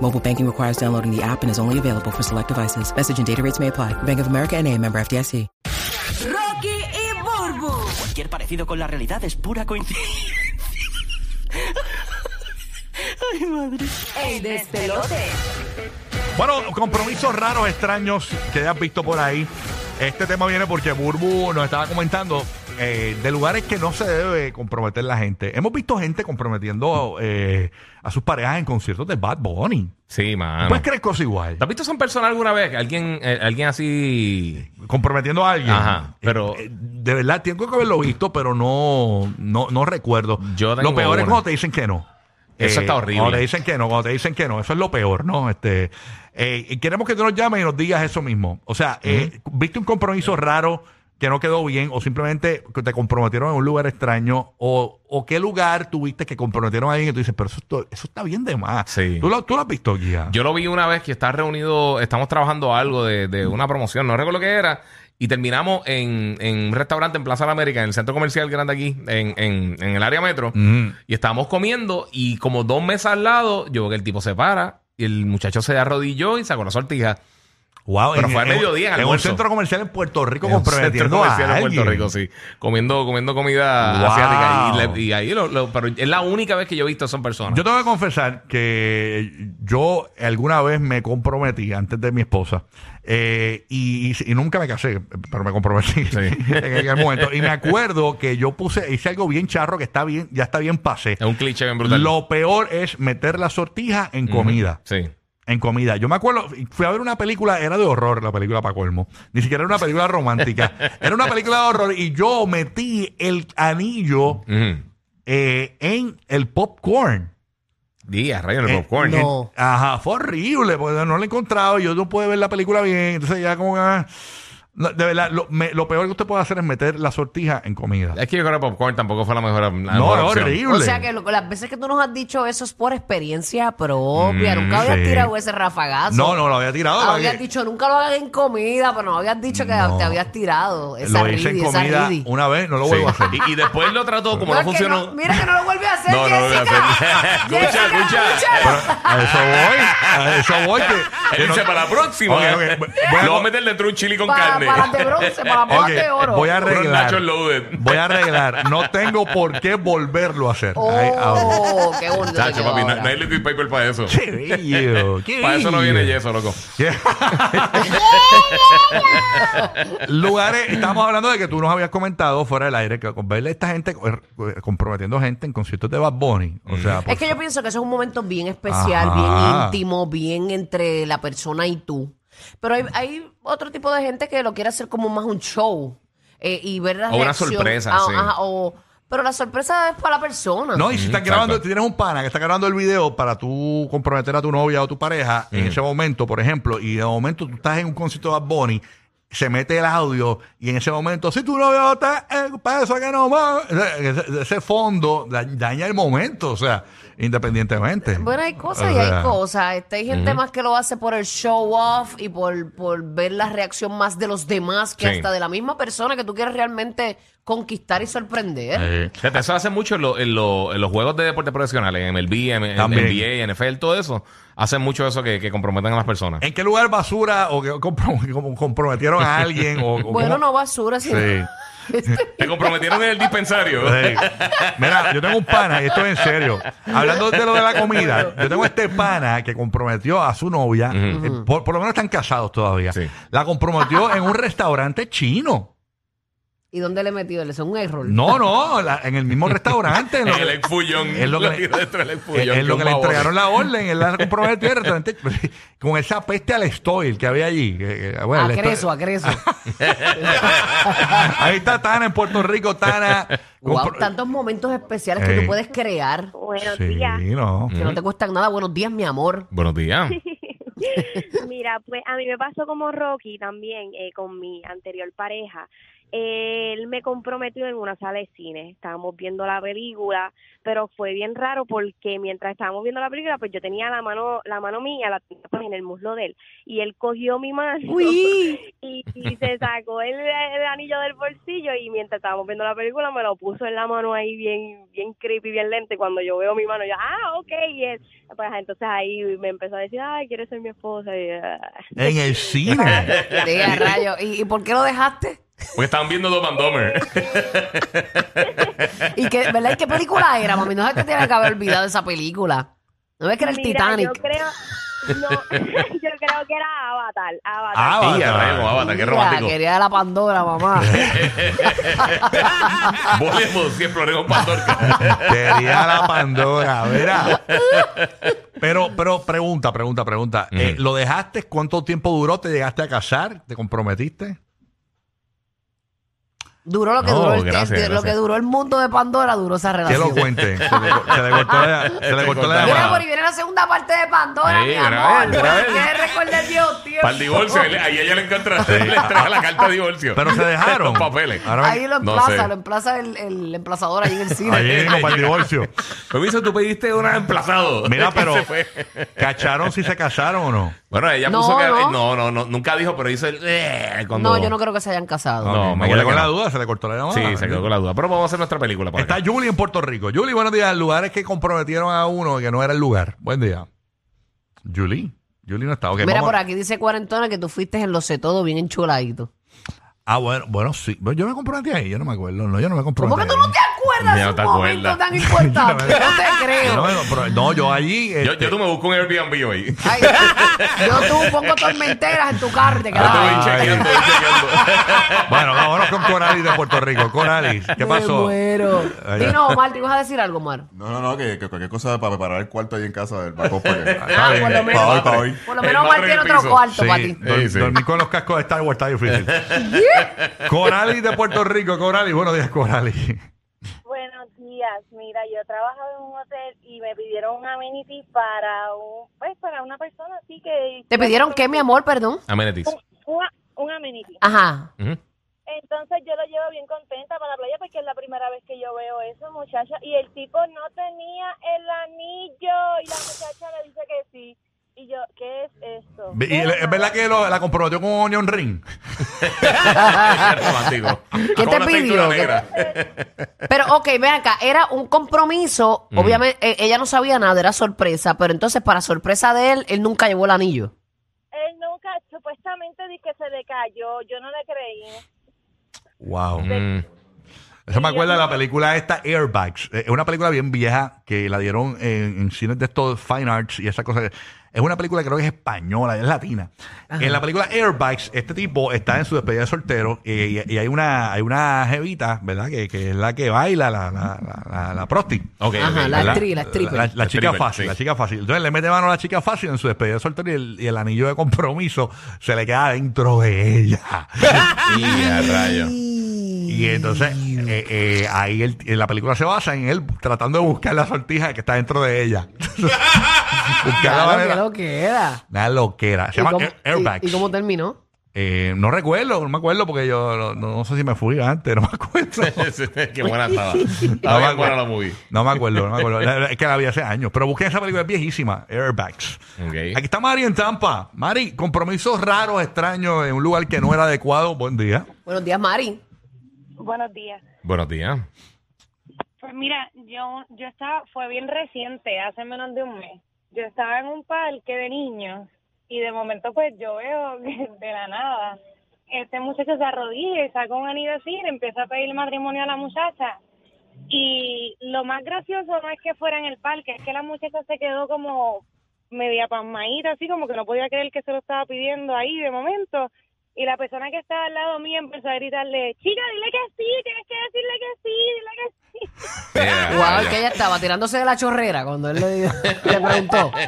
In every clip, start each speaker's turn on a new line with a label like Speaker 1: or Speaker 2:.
Speaker 1: Mobile banking requires downloading the app and is only available for select devices. Message and data rates may apply. Bank of America and a member FDIC.
Speaker 2: Rocky y Burbu.
Speaker 3: Cualquier parecido con la realidad es pura coincidencia. Ay, madre.
Speaker 2: El despelote.
Speaker 4: Bueno, compromisos raros, extraños que hayas visto por ahí. Este tema viene porque Burbu nos estaba comentando eh, de lugares que no se debe comprometer la gente. Hemos visto gente comprometiendo eh, a sus parejas en conciertos de Bad Bunny.
Speaker 5: Sí, mano.
Speaker 4: Puedes creer cosas igual.
Speaker 5: ¿Te has visto eso en persona alguna vez? Alguien, eh, alguien así.
Speaker 4: Comprometiendo a alguien.
Speaker 5: Ajá, pero-
Speaker 4: Eh, eh, de verdad, tengo que haberlo visto, pero no, no, no recuerdo.
Speaker 5: Yo tengo
Speaker 4: lo peor es
Speaker 5: una.
Speaker 4: cuando te dicen que no. Eh,
Speaker 5: Eso está horrible.
Speaker 4: Cuando te dicen que no, cuando te dicen que no. Eso es lo peor, ¿no? Este, eh, y queremos que tú nos llames y nos digas eso mismo. O sea, eh, viste un compromiso raro que no quedó bien o simplemente que te comprometieron en un lugar extraño o, o qué lugar tuviste que comprometieron a alguien y tú dices, pero eso, esto- eso está bien de más.
Speaker 5: Sí.
Speaker 4: ¿Tú, lo, tú lo has visto, Guía?
Speaker 5: Yo lo vi una vez que está reunido, estamos trabajando algo de, de una promoción, no recuerdo qué era, y terminamos en, en un restaurante en Plaza de la América, en el centro comercial grande aquí, en, en- en el área metro,
Speaker 4: Mm.
Speaker 5: y estábamos comiendo, y como dos mesas al lado, yo veo que el tipo se para, y el muchacho se arrodilló y sacó la sortija.
Speaker 4: Wow,
Speaker 5: Pero fue al mediodía, en
Speaker 4: En, un
Speaker 5: almuerzo.
Speaker 4: centro comercial en Puerto Rico
Speaker 5: En un centro
Speaker 4: comprometiendo a
Speaker 5: comercial en Puerto
Speaker 4: alguien.
Speaker 5: Rico, sí. Comiendo, comiendo comida
Speaker 4: Wow.
Speaker 5: asiática. Y, le- y ahí lo, lo- pero es la única vez que yo he visto a esas personas.
Speaker 4: Yo tengo que confesar que yo alguna vez me comprometí antes de mi esposa eh, y, y- y nunca me casé, pero me comprometí en aquel momento. Y me acuerdo que yo puse, hice algo bien charro que está bien, ya está bien pasé.
Speaker 5: es un cliché bien brutal.
Speaker 4: Lo peor es meter la sortija en comida.
Speaker 5: Sí.
Speaker 4: En comida. Yo me acuerdo, fui a ver una película, era de horror la película para colmo. Ni siquiera era una película romántica. era una película de horror y yo metí el anillo
Speaker 5: Ujú.
Speaker 4: eh, en el popcorn.
Speaker 5: Díaz, rayo en el
Speaker 4: Eh,
Speaker 5: popcorn.
Speaker 4: no. Ajá, fue horrible, porque no lo he encontrado. Yo no pude ver la película bien. Entonces ya como que, ah, no, de verdad, lo, me- lo peor que usted puede hacer es meter la sortija en comida.
Speaker 5: Es que yo creo que popcorn tampoco fue la mejor. la
Speaker 4: no,
Speaker 5: mejor
Speaker 4: es
Speaker 5: opción.
Speaker 4: horrible.
Speaker 2: O sea que lo- las veces que tú nos has dicho eso es por experiencia propia. nunca habías
Speaker 4: Mm, sí.
Speaker 2: tirado ese rafagazo.
Speaker 4: no, no, lo había tirado. para
Speaker 2: Habías
Speaker 4: que-
Speaker 2: dicho nunca lo hagan en comida, pero no habías dicho que
Speaker 4: No.
Speaker 2: te habías tirado. Esa
Speaker 4: lo hice en
Speaker 2: ridi, esa
Speaker 4: comida
Speaker 2: ridi.
Speaker 4: una vez, no lo
Speaker 5: Sí.
Speaker 4: vuelvo a hacer.
Speaker 5: Y, y después lo trató como
Speaker 2: No,
Speaker 5: no,
Speaker 2: es que no-
Speaker 5: funcionó.
Speaker 2: mira que no lo vuelve a hacer,
Speaker 5: No, no lo vuelve a
Speaker 2: Jessica.
Speaker 5: hacer. Escucha,
Speaker 2: Jessica,
Speaker 5: escucha.
Speaker 4: Pero a eso voy, a Ah, eso voy. Que,
Speaker 5: Él
Speaker 4: que no-
Speaker 5: dice para la próxima.
Speaker 4: Ok, ok,
Speaker 5: que-
Speaker 4: voy a-
Speaker 5: lo va a meter dentro de un chili con
Speaker 2: Para,
Speaker 5: carne.
Speaker 2: para de bronce, para palas
Speaker 4: ok,
Speaker 2: de oro.
Speaker 4: voy a
Speaker 5: Unos
Speaker 4: arreglar.
Speaker 5: nachos loaded.
Speaker 4: Voy a arreglar. No tengo por qué volverlo a hacer. Ay, ahora.
Speaker 2: Oh, qué bonito. te
Speaker 5: Chacho,
Speaker 2: quedó
Speaker 5: papi, no,
Speaker 2: ahora.
Speaker 5: no hay liquid paper para eso.
Speaker 4: Qué bello, qué
Speaker 5: Para eso no
Speaker 4: bello.
Speaker 5: viene yeso, loco.
Speaker 4: lugares, estamos hablando de que tú nos habías comentado fuera del aire que con verle a esta gente eh, comprometiendo gente en conciertos de Bad Bunny. O sea, por-
Speaker 2: Es que yo pienso que eso es un momento bien especial, bien
Speaker 4: Ajá.
Speaker 2: íntimo, bien entre la persona y tú. Pero hay, hay otro tipo de gente que lo quiere hacer como más un show eh, y ver la
Speaker 5: O una
Speaker 2: reacción. Ah,
Speaker 5: sorpresa, sí.
Speaker 2: o- pero la sorpresa es para la persona.
Speaker 4: no, y si estás grabando,
Speaker 5: exacto.
Speaker 4: tienes un pana que está grabando el video para tú comprometer a tu novia o tu pareja en ese momento, por ejemplo, y de momento tú estás en un concierto de Bad Bunny, se mete el audio y en ese momento, si tu novia está, eh, para eso que no más, ese, ese fondo da- daña el momento, o sea, independientemente.
Speaker 2: Bueno, hay cosas
Speaker 4: O
Speaker 2: y hay
Speaker 4: sea,
Speaker 2: cosas. Este, hay gente más que lo hace por el show off y por, por ver la reacción más de los demás que
Speaker 5: Sí.
Speaker 2: hasta de la misma persona que tú quieres realmente conquistar y sorprender.
Speaker 4: eh,
Speaker 5: Fíjate, Eso hace mucho en, lo- en lo- en los juegos de deportes profesionales, en MLB, en, en
Speaker 4: También.
Speaker 5: NBA, NFL, todo eso. Hacen mucho eso que, que comprometen a las personas.
Speaker 4: ¿En qué lugar basura o que compro- como comprometieron a alguien? o, o
Speaker 2: bueno,
Speaker 4: cómo-
Speaker 2: no basura, sino... este,
Speaker 4: Sí.
Speaker 5: Te comprometieron en el dispensario.
Speaker 4: Sí. Mira, yo tengo un pana, y esto es en serio. Hablando de lo de la comida, yo tengo este pana que comprometió a su novia, eh, por, por lo menos están casados todavía.
Speaker 5: Sí.
Speaker 4: La comprometió en un restaurante chino.
Speaker 2: ¿Y dónde le metió? ¿Le son un error?
Speaker 4: No, no, la- en el mismo restaurante. en
Speaker 5: En
Speaker 4: lo-
Speaker 5: el exfullón.
Speaker 4: Es lo que le-
Speaker 5: tiró dentro del
Speaker 4: Es,
Speaker 5: exfullón,
Speaker 4: es lo
Speaker 5: un
Speaker 4: que le
Speaker 5: babón.
Speaker 4: entregaron la orden, él la comprometió en el restaurante, con esa peste al estoil que había allí. que- que- bueno, el estoil-
Speaker 2: Acreso, acreso.
Speaker 5: Ah,
Speaker 4: Ahí está Tana en Puerto Rico, Tana.
Speaker 2: wow,
Speaker 4: Compro-
Speaker 2: tantos momentos especiales que
Speaker 4: Ey.
Speaker 2: tú puedes crear
Speaker 6: Buenos
Speaker 4: Sí,
Speaker 6: días.
Speaker 4: no.
Speaker 2: que no te cuestan nada. Buenos días, mi amor.
Speaker 5: Buenos días.
Speaker 6: Mira, pues a mí me pasó como Rocky también eh, con mi anterior pareja. Él me comprometió en una sala de cine. Estábamos viendo la película, pero fue bien raro porque mientras estábamos viendo la película, pues yo tenía la mano, la mano mía, la tenía pues, en el muslo de él, y él cogió mi mano y, y se sacó el, el anillo del bolsillo y mientras estábamos viendo la película me lo puso en la mano ahí bien bien creepy, bien lento y cuando yo veo mi mano yo, ah, ok, y él, pues entonces ahí me empezó a decir, ay, quieres ser mi esposa y, ah.
Speaker 4: En el cine.
Speaker 2: Sí, a rayo. ¿Y, y por qué lo dejaste?
Speaker 5: Porque estaban viendo Dom and Dumber.
Speaker 2: ¿Y qué, ¿verdad? ¿Y qué película era, mami? No sé que tiene que haber olvidado esa película. ¿No ves que era el
Speaker 6: Mira,
Speaker 2: Titanic?
Speaker 6: Yo creo, no, yo creo que era Avatar, Avatar.
Speaker 4: Ah,
Speaker 5: Sí,
Speaker 4: Avatar.
Speaker 5: arrego, ¿eh? Avatar, qué
Speaker 2: Mira,
Speaker 5: romántico.
Speaker 2: quería de la Pandora, mamá.
Speaker 5: Volvemos, si exploremos Pandora.
Speaker 4: Quería la Pandora, verá. Pero, pero, pregunta, pregunta, pregunta. Eh, ¿Lo dejaste? ¿Cuánto tiempo duró? ¿Te llegaste a casar? ¿Te comprometiste?
Speaker 2: Duró lo que,
Speaker 5: No,
Speaker 2: duró, el,
Speaker 5: gracias,
Speaker 2: el- lo
Speaker 5: gracias.
Speaker 2: que duró el mundo de Pandora, duró esa
Speaker 4: Que lo
Speaker 2: relación.
Speaker 4: cuente. Se le, se le cortó la, se le cortó la
Speaker 2: Mira, por
Speaker 4: llamada.
Speaker 2: ahí viene la segunda parte de Pandora,
Speaker 5: Sí,
Speaker 2: mi
Speaker 5: mira,
Speaker 2: amor.
Speaker 5: mira, mira.
Speaker 2: ¿Qué recuerda el Dios, tío?
Speaker 5: Para el divorcio, él- ahí ella le encontraste. Le trae la carta de divorcio.
Speaker 4: Pero se dejaron.
Speaker 5: Los papeles.
Speaker 4: Ahora
Speaker 2: Ahí
Speaker 4: ven-
Speaker 2: lo
Speaker 5: No
Speaker 2: emplaza,
Speaker 5: sé.
Speaker 2: lo emplaza el, el emplazador ahí en el cine.
Speaker 4: Ahí mismo para el divorcio.
Speaker 5: Permiso, Pues, tú pediste un reemplazado.
Speaker 4: Mira, pero
Speaker 5: Se fue.
Speaker 4: ¿cacharon si se casaron o no?
Speaker 5: Bueno, ella
Speaker 2: No,
Speaker 5: puso que.
Speaker 2: no.
Speaker 5: No, no, no, nunca dijo, pero hizo el. eh, cuando...
Speaker 2: No, yo no creo que se hayan casado.
Speaker 5: No,
Speaker 4: Ok,
Speaker 5: me
Speaker 4: me
Speaker 5: huele
Speaker 4: quedé con
Speaker 5: que
Speaker 4: la
Speaker 5: no.
Speaker 4: duda, se le cortó la llamada.
Speaker 5: Sí, se quedó con la duda. Pero vamos a hacer nuestra película para
Speaker 4: Está
Speaker 5: acá.
Speaker 4: Julie en Puerto Rico. Julie, buenos días. Lugares que comprometieron a uno que no era el lugar. Buen día. Julie. Julie no está. Ok,
Speaker 2: Mira,
Speaker 4: vamos-
Speaker 2: por aquí dice Cuarentona que tú fuiste en lo sé todo bien enchuladito.
Speaker 4: Ah, bueno, bueno, sí. Bueno, Yo me comprometí ahí, yo no me acuerdo. No, yo no me comprometí.
Speaker 2: ¿Por qué tú no te
Speaker 5: Ya
Speaker 2: acuerdas de
Speaker 5: no
Speaker 2: un
Speaker 5: te
Speaker 2: momento
Speaker 5: acuerdas.
Speaker 2: tan importante?
Speaker 4: Yo
Speaker 2: no
Speaker 4: no me-
Speaker 2: te creo.
Speaker 4: Yo no, me compro- no, yo allí.
Speaker 5: Yo,
Speaker 4: este,
Speaker 5: yo tú me busco un Airbnb hoy.
Speaker 2: Ay, yo tú pongo tormenteras en tu carro y te
Speaker 5: Yo te voy
Speaker 2: quedas. ahí.
Speaker 5: chequeando, voy chequeando.
Speaker 4: Bueno, vámonos con Coralis de Puerto Rico. Coralis, ¿qué
Speaker 2: Me
Speaker 4: pasó?
Speaker 2: muero.
Speaker 4: Ay, ya.
Speaker 2: Dino, Omar, te ibas a decir algo, Omar.
Speaker 7: No, no, no, que, que cualquier cosa para preparar el cuarto ahí en casa del Paco para que-
Speaker 4: Está
Speaker 2: Ah,
Speaker 4: bien.
Speaker 2: por lo menos.
Speaker 7: Pa' hoy, pa' hoy.
Speaker 2: Por lo
Speaker 5: El
Speaker 2: menos Omar
Speaker 5: madre
Speaker 2: tiene
Speaker 5: del
Speaker 2: otro
Speaker 5: piso.
Speaker 2: cuarto
Speaker 4: Sí,
Speaker 2: para ti.
Speaker 4: dor-
Speaker 5: Sí, sí.
Speaker 4: dormir con los cascos de Star Wars está difícil. Coralis de Puerto Rico, Coralis. Buenos días, Coralis.
Speaker 6: Buenos días, mira, yo trabajaba en un hotel y me pidieron un amenity para un, pues, para una persona así que...
Speaker 2: ¿Te pidieron qué, mi Ah. amor? Perdón.
Speaker 5: Amenities.
Speaker 6: Un, un amenity.
Speaker 2: Ajá.
Speaker 5: Ujú.
Speaker 6: Entonces yo lo llevo bien contenta para la playa porque es la primera vez que yo veo eso, muchacha. Y el tipo no tenía el anillo y la muchacha le dice que sí. Y yo, ¿qué es esto?
Speaker 4: Ve- y le- ¿Es verdad que lo- la comprometió con Onion Ring?
Speaker 5: Qué romántico.
Speaker 2: ¿Qué
Speaker 5: Con
Speaker 2: te
Speaker 5: una
Speaker 2: pidió?
Speaker 5: pintura
Speaker 2: ¿Qué-
Speaker 5: negra.
Speaker 2: Pero, ok, ven acá, era un compromiso. Obviamente, eh, ella no sabía nada, era sorpresa. Pero entonces, para sorpresa de él, él nunca llevó el anillo.
Speaker 6: Él nunca, supuestamente dice que se le cayó, yo no le creí.
Speaker 4: Wow.
Speaker 5: Mm.
Speaker 4: Eso me acuerda de la película esta, Airbags. Eh, Es una película bien vieja que la dieron en, en cines de estos Fine Arts y esas cosas. Es una película que creo que es española, es latina. En la película Airbags, este tipo está en su despedida de soltero eh, y, y hay una hay una jevita, ¿verdad? Que, que es la que baila, la, la, la, la, la prosti.
Speaker 5: Ok,
Speaker 2: Ajá,
Speaker 5: ok,
Speaker 2: la
Speaker 5: ¿verdad?
Speaker 2: actriz, la stripper.
Speaker 4: La, la
Speaker 5: La
Speaker 4: chica
Speaker 5: stripper,
Speaker 4: fácil,
Speaker 5: sí.
Speaker 4: la chica fácil. Entonces le mete mano a la chica fácil en su despedida de soltero y el, y el anillo de compromiso se le queda dentro de ella.
Speaker 5: Y a rayo.
Speaker 4: Y entonces eh, eh, ahí el- en la película se basa en él tratando de buscar la sortija que está dentro de ella. buscar la
Speaker 2: Claro,
Speaker 4: manera.
Speaker 2: que lo que era.
Speaker 4: Una loquera. Ah, Se
Speaker 2: ¿Y
Speaker 4: llama
Speaker 2: cómo-
Speaker 4: Air- Airbags.
Speaker 2: ¿Y, y cómo terminó?
Speaker 4: Eh, no recuerdo, no me acuerdo porque yo no, no- no sé si me fui antes, no me acuerdo.
Speaker 5: Qué buena estaba.
Speaker 4: No
Speaker 5: Estaba
Speaker 4: me
Speaker 5: bien buena
Speaker 4: acuerdo.
Speaker 5: la movie.
Speaker 4: No me acuerdo, no me acuerdo. La- la- Es que la vi hace años. Pero busqué esa película, es viejísima, Airbags.
Speaker 5: Ok.
Speaker 4: Aquí está Mari en Tampa. Mari, compromisos raros, extraños, en un lugar que no era adecuado. Buen día.
Speaker 2: Buenos días, Mari.
Speaker 6: Buenos días.
Speaker 5: Buenos días.
Speaker 6: Pues mira, yo, yo estaba, fue bien reciente, hace menos de un mes. Yo estaba en un parque de niños y de momento pues yo veo que de la nada este muchacho se arrodilla y saca un anillo así, le empieza a pedir matrimonio a la muchacha. Y lo más gracioso no es que fuera en el parque, es que la muchacha se quedó como media pasmadita, así como que no podía creer que se lo estaba pidiendo ahí de momento. Y la persona que estaba al lado mío empezó a gritarle, chica, dile que sí, tienes que decirle que sí, dile que sí.
Speaker 4: Ah,
Speaker 5: Mira,
Speaker 2: Guau,
Speaker 5: vaya.
Speaker 2: que ella estaba tirándose de la chorrera cuando él le, le preguntó.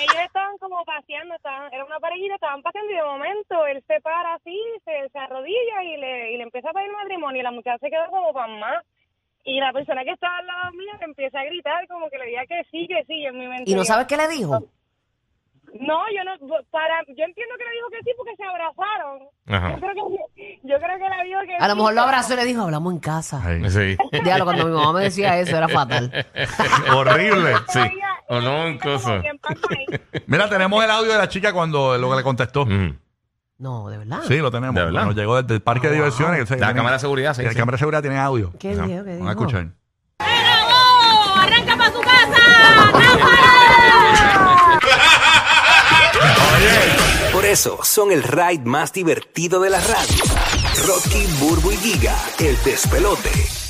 Speaker 6: Ellos estaban como paseando, estaban, era una parejita, estaban paseando y de momento él se para así, se, se arrodilla y le, y le empieza a pedir matrimonio y la muchacha se quedó como pan más. Y la persona que estaba al lado mío le empieza a gritar como que le diga que sí, que sí, y en mi mente.
Speaker 2: ¿Y no
Speaker 6: yo,
Speaker 2: sabes qué le dijo?
Speaker 6: No, yo no, para, yo entiendo que le dijo que sí porque se abrazaron.
Speaker 5: Ajá.
Speaker 6: Yo creo que, yo creo que le dijo que
Speaker 2: A lo
Speaker 6: sí,
Speaker 2: mejor lo
Speaker 6: pero-
Speaker 2: abrazó y le dijo, hablamos en casa.
Speaker 4: Ay,
Speaker 5: Sí.
Speaker 2: Diablo, cuando mi mamá me decía eso, era fatal.
Speaker 4: horrible.
Speaker 5: Sí.
Speaker 6: Ella-
Speaker 5: O no,
Speaker 6: ella
Speaker 5: un
Speaker 6: como
Speaker 5: coso.
Speaker 6: bien pan maíz.
Speaker 4: Mira, tenemos el audio de la chica cuando lo que le contestó.
Speaker 5: Mm.
Speaker 2: No, de verdad. Ah,
Speaker 4: Sí, lo tenemos.
Speaker 5: ¿De verdad?
Speaker 4: Nos llegó desde el parque de diversiones. O sea,
Speaker 5: La
Speaker 4: tienen-
Speaker 5: cámara de seguridad, sí,
Speaker 4: La
Speaker 5: sí.
Speaker 4: cámara de seguridad tiene audio.
Speaker 2: ¿Qué
Speaker 4: Ajá.
Speaker 2: dijo? ¿Qué
Speaker 4: Vamos a
Speaker 2: dijo?
Speaker 4: escuchar.
Speaker 6: ¡Oh! ¡Arranca para su casa!
Speaker 8: Por eso son el ride más divertido de la radio. Rocky, Burbu y Giga, el despelote.